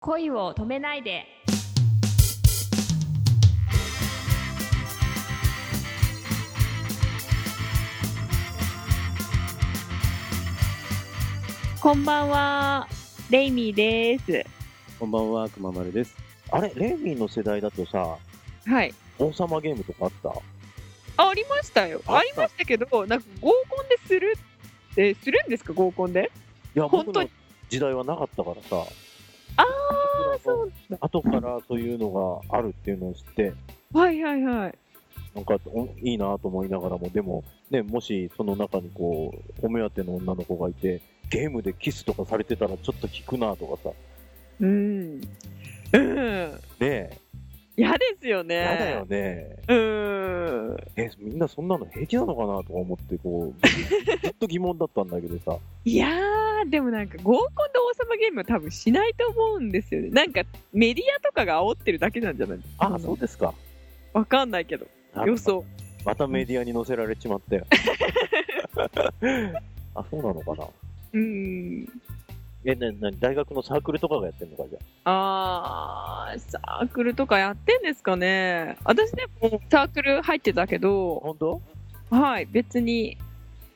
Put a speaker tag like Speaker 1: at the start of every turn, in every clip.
Speaker 1: 恋を止めないでこんばんはレイミーです
Speaker 2: こんばんは、くままるです。
Speaker 3: あれレイミーの世代だとさ、
Speaker 1: はい
Speaker 3: 王様ゲームとかあった
Speaker 4: あありましたよ。
Speaker 3: あった
Speaker 4: ありましたけど、なんか合コンでするって、するんですか、合コンで。
Speaker 3: いや、
Speaker 4: 本
Speaker 3: 僕
Speaker 4: 当
Speaker 3: の
Speaker 4: に
Speaker 3: 時代はなかったからさ、
Speaker 4: あ
Speaker 3: あ
Speaker 4: あ、そう。
Speaker 3: 後からそういうのがあるっていうのを知って、
Speaker 4: はいはいはい。
Speaker 3: なんかおいいなと思いながらも、でも、ね、もしその中にこう、お目当ての女の子がいて、ゲームでキスとかされてたらちょっと引くなとかさ、
Speaker 4: うん。うん。
Speaker 3: ね
Speaker 4: 嫌ですよね。
Speaker 3: え、やだよ。ね。
Speaker 4: うん。
Speaker 3: え、みんなそんなの平気なのかなとか思って、こう、 ずっと疑問だったんだけどさ、
Speaker 4: いやー、でもなんか合コンで王様ゲームは多分しないと思うんですよね。なんかメディアとかが煽ってるだけなんじゃない
Speaker 3: あ、そうですか。
Speaker 4: わかんないけど。予想。
Speaker 3: またメディアに載せられちまった よ。あ、そうなのかな。
Speaker 4: うん。
Speaker 3: え、な、な、大学のサークルとかがやってんのか、じゃ
Speaker 4: あー、サークルとかやってんですかね。私でもサークル入ってたけ
Speaker 3: あ。
Speaker 4: ど、
Speaker 3: 本当
Speaker 4: はい、別に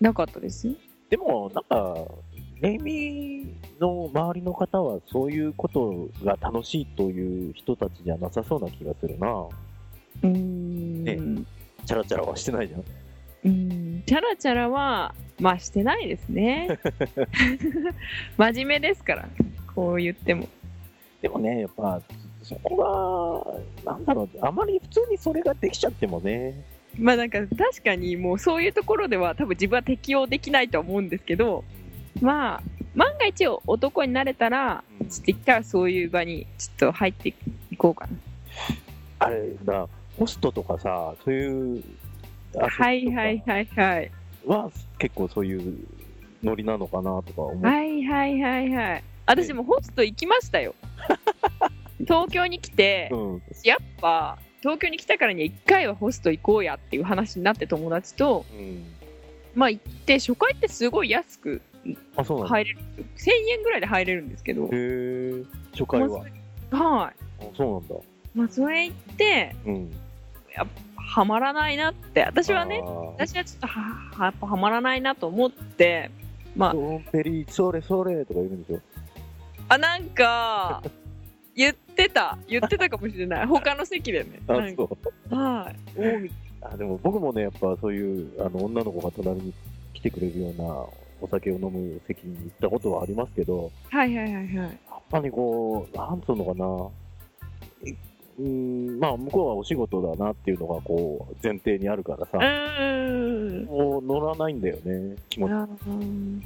Speaker 4: なかったですよ。
Speaker 3: でも、なんか、レイミーの周りの方は、そういうことが楽しいという人たちじゃなさそうな気がするな。
Speaker 4: うーん。
Speaker 3: ねチャラチャラはしてないじゃん。
Speaker 4: うん。チャラチャラは、まあしてないですね。真面目ですから、こう言っても。
Speaker 3: でもね、やっぱ、そこが、なんだろう、あまり普通にそれができちゃってもね。
Speaker 4: まあなんか確かにもうそういうところでは多分自分は適応できないと思うんですけど、まあ、万が一男になれたら、
Speaker 3: うん
Speaker 4: ちょっと一回はそういう場にちょっと入っていこうかな。
Speaker 3: あれ、だ、ホストとかさ、そういう、あ
Speaker 4: はいはいはいはい。
Speaker 3: は結構そういうノリなのかなとか思う、
Speaker 4: はいはいはいはい。私もホスト行きました よ。東京に来て、
Speaker 3: うん、
Speaker 4: やっぱ東京に来たからには1回はホスト行こうやっていう話になって友達と、
Speaker 3: うん、
Speaker 4: まあ、行って初回ってすごい安く
Speaker 3: あそうなんだ、
Speaker 4: 入れるんですよ1000円ぐらいで入れるんですけど
Speaker 3: へー初回は、
Speaker 4: まは
Speaker 3: あそうなんだ、
Speaker 4: い、まあ、それ行って
Speaker 3: うん、
Speaker 4: ハマらないなって私はね
Speaker 3: あー
Speaker 4: 私はちょっとははやっぱハマらないなと思って
Speaker 3: ドンペリそれそれとか言うんでしょ
Speaker 4: あなんか言ってた言ってたかもしれ ない他の席でね
Speaker 3: あ
Speaker 4: なんか
Speaker 3: そう
Speaker 4: はい
Speaker 3: あでも僕もねやっぱそういうあの女の子が隣に来てくれるようなお酒を飲む席に行ったことはありますけど
Speaker 4: はいはいはいはい
Speaker 3: やっぱりこうなんつうのかなえうんまあ向こうはお仕事だなっていうのがこう前提にあるからさ、
Speaker 4: うーん
Speaker 3: もう乗らないんだよね気持ち
Speaker 4: あー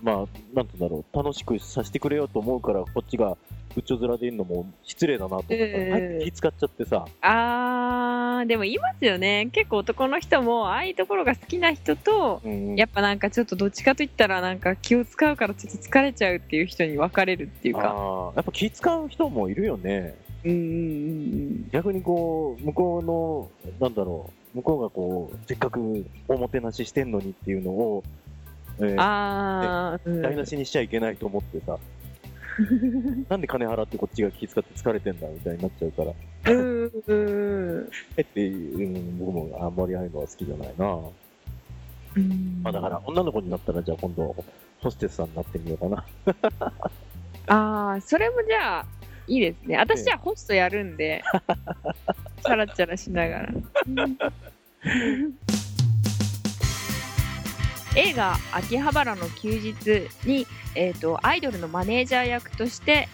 Speaker 3: まあ、なんて言うんだろう、楽しくさせてくれようと思うから、こっちがうっちょ面でいるのも失礼だなと思ったら、
Speaker 4: ええ
Speaker 3: あえて気使っちゃってさ、
Speaker 4: あーでも言いますよね結構男の人もああいうところが好きな人と
Speaker 3: うん
Speaker 4: やっぱなんかちょっとどっちかといったらなんか気を使うからちょっと疲れちゃうっていう人に分かれるっていうか
Speaker 3: あーやっぱ気使う人もいるよね。
Speaker 4: うんうん
Speaker 3: 逆にこう、向こうの、なんだろう、向こうがこう、せっかくおもてなししてんのにっていうのを、え
Speaker 4: うん
Speaker 3: ー
Speaker 4: ああ、うん
Speaker 3: 台無しにしちゃいけないと思ってさ、なんで金払ってこっちが気使って疲れてんだみたいになっちゃうから、
Speaker 4: うんうん
Speaker 3: えって、うん、僕もあんまりああいうのは好きじゃないな。
Speaker 4: うん
Speaker 3: まあだから女の子になったらじゃあ今度ホステスさんになってみようかな。
Speaker 4: ああそれもじゃあいいですね私はホストやるんでチャラチャラしながら
Speaker 1: 映画「秋葉原の休日に」えーとアイドルのマネージャー役として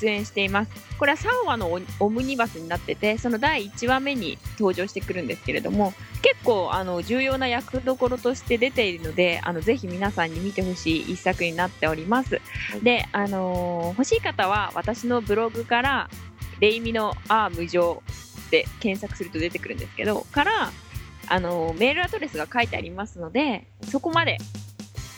Speaker 1: 出演していますこれは3話のオオムニバスになっててその第1話目に登場してくるんですけれども結構あの重要な役どころとして出ているのであのぜひ皆さんに見てほしい一作になっておりますで、あのー欲しい方は私のブログから「レイミのアー無情」で検索すると出てくるんですけどからあのメールアドレスが書いてありますのでそこまで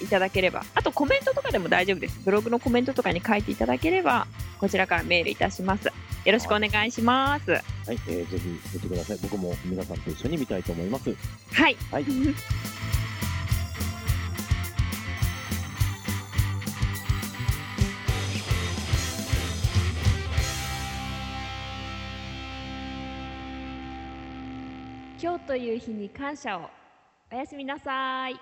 Speaker 1: いただければあとコメントとかでも大丈夫ですブログのコメントとかに書いていただければこちらからメールいたしますよろしくお願いしますは
Speaker 2: はい、えー、ぜひ見てください。僕も皆さんと一緒に見たいと思います。
Speaker 1: い
Speaker 2: はい
Speaker 1: 今日という日に感謝をおやすみなさい